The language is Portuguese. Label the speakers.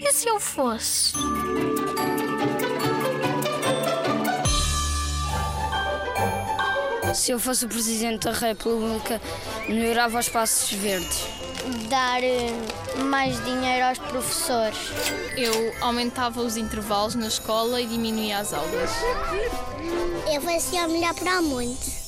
Speaker 1: E se eu fosse?
Speaker 2: Se eu fosse o Presidente da República, melhorava os espaços verdes.
Speaker 3: Dar eh, mais dinheiro aos professores.
Speaker 4: Eu aumentava os intervalos na escola e diminuía as aulas.
Speaker 5: Eu fazia o melhor para o mundo.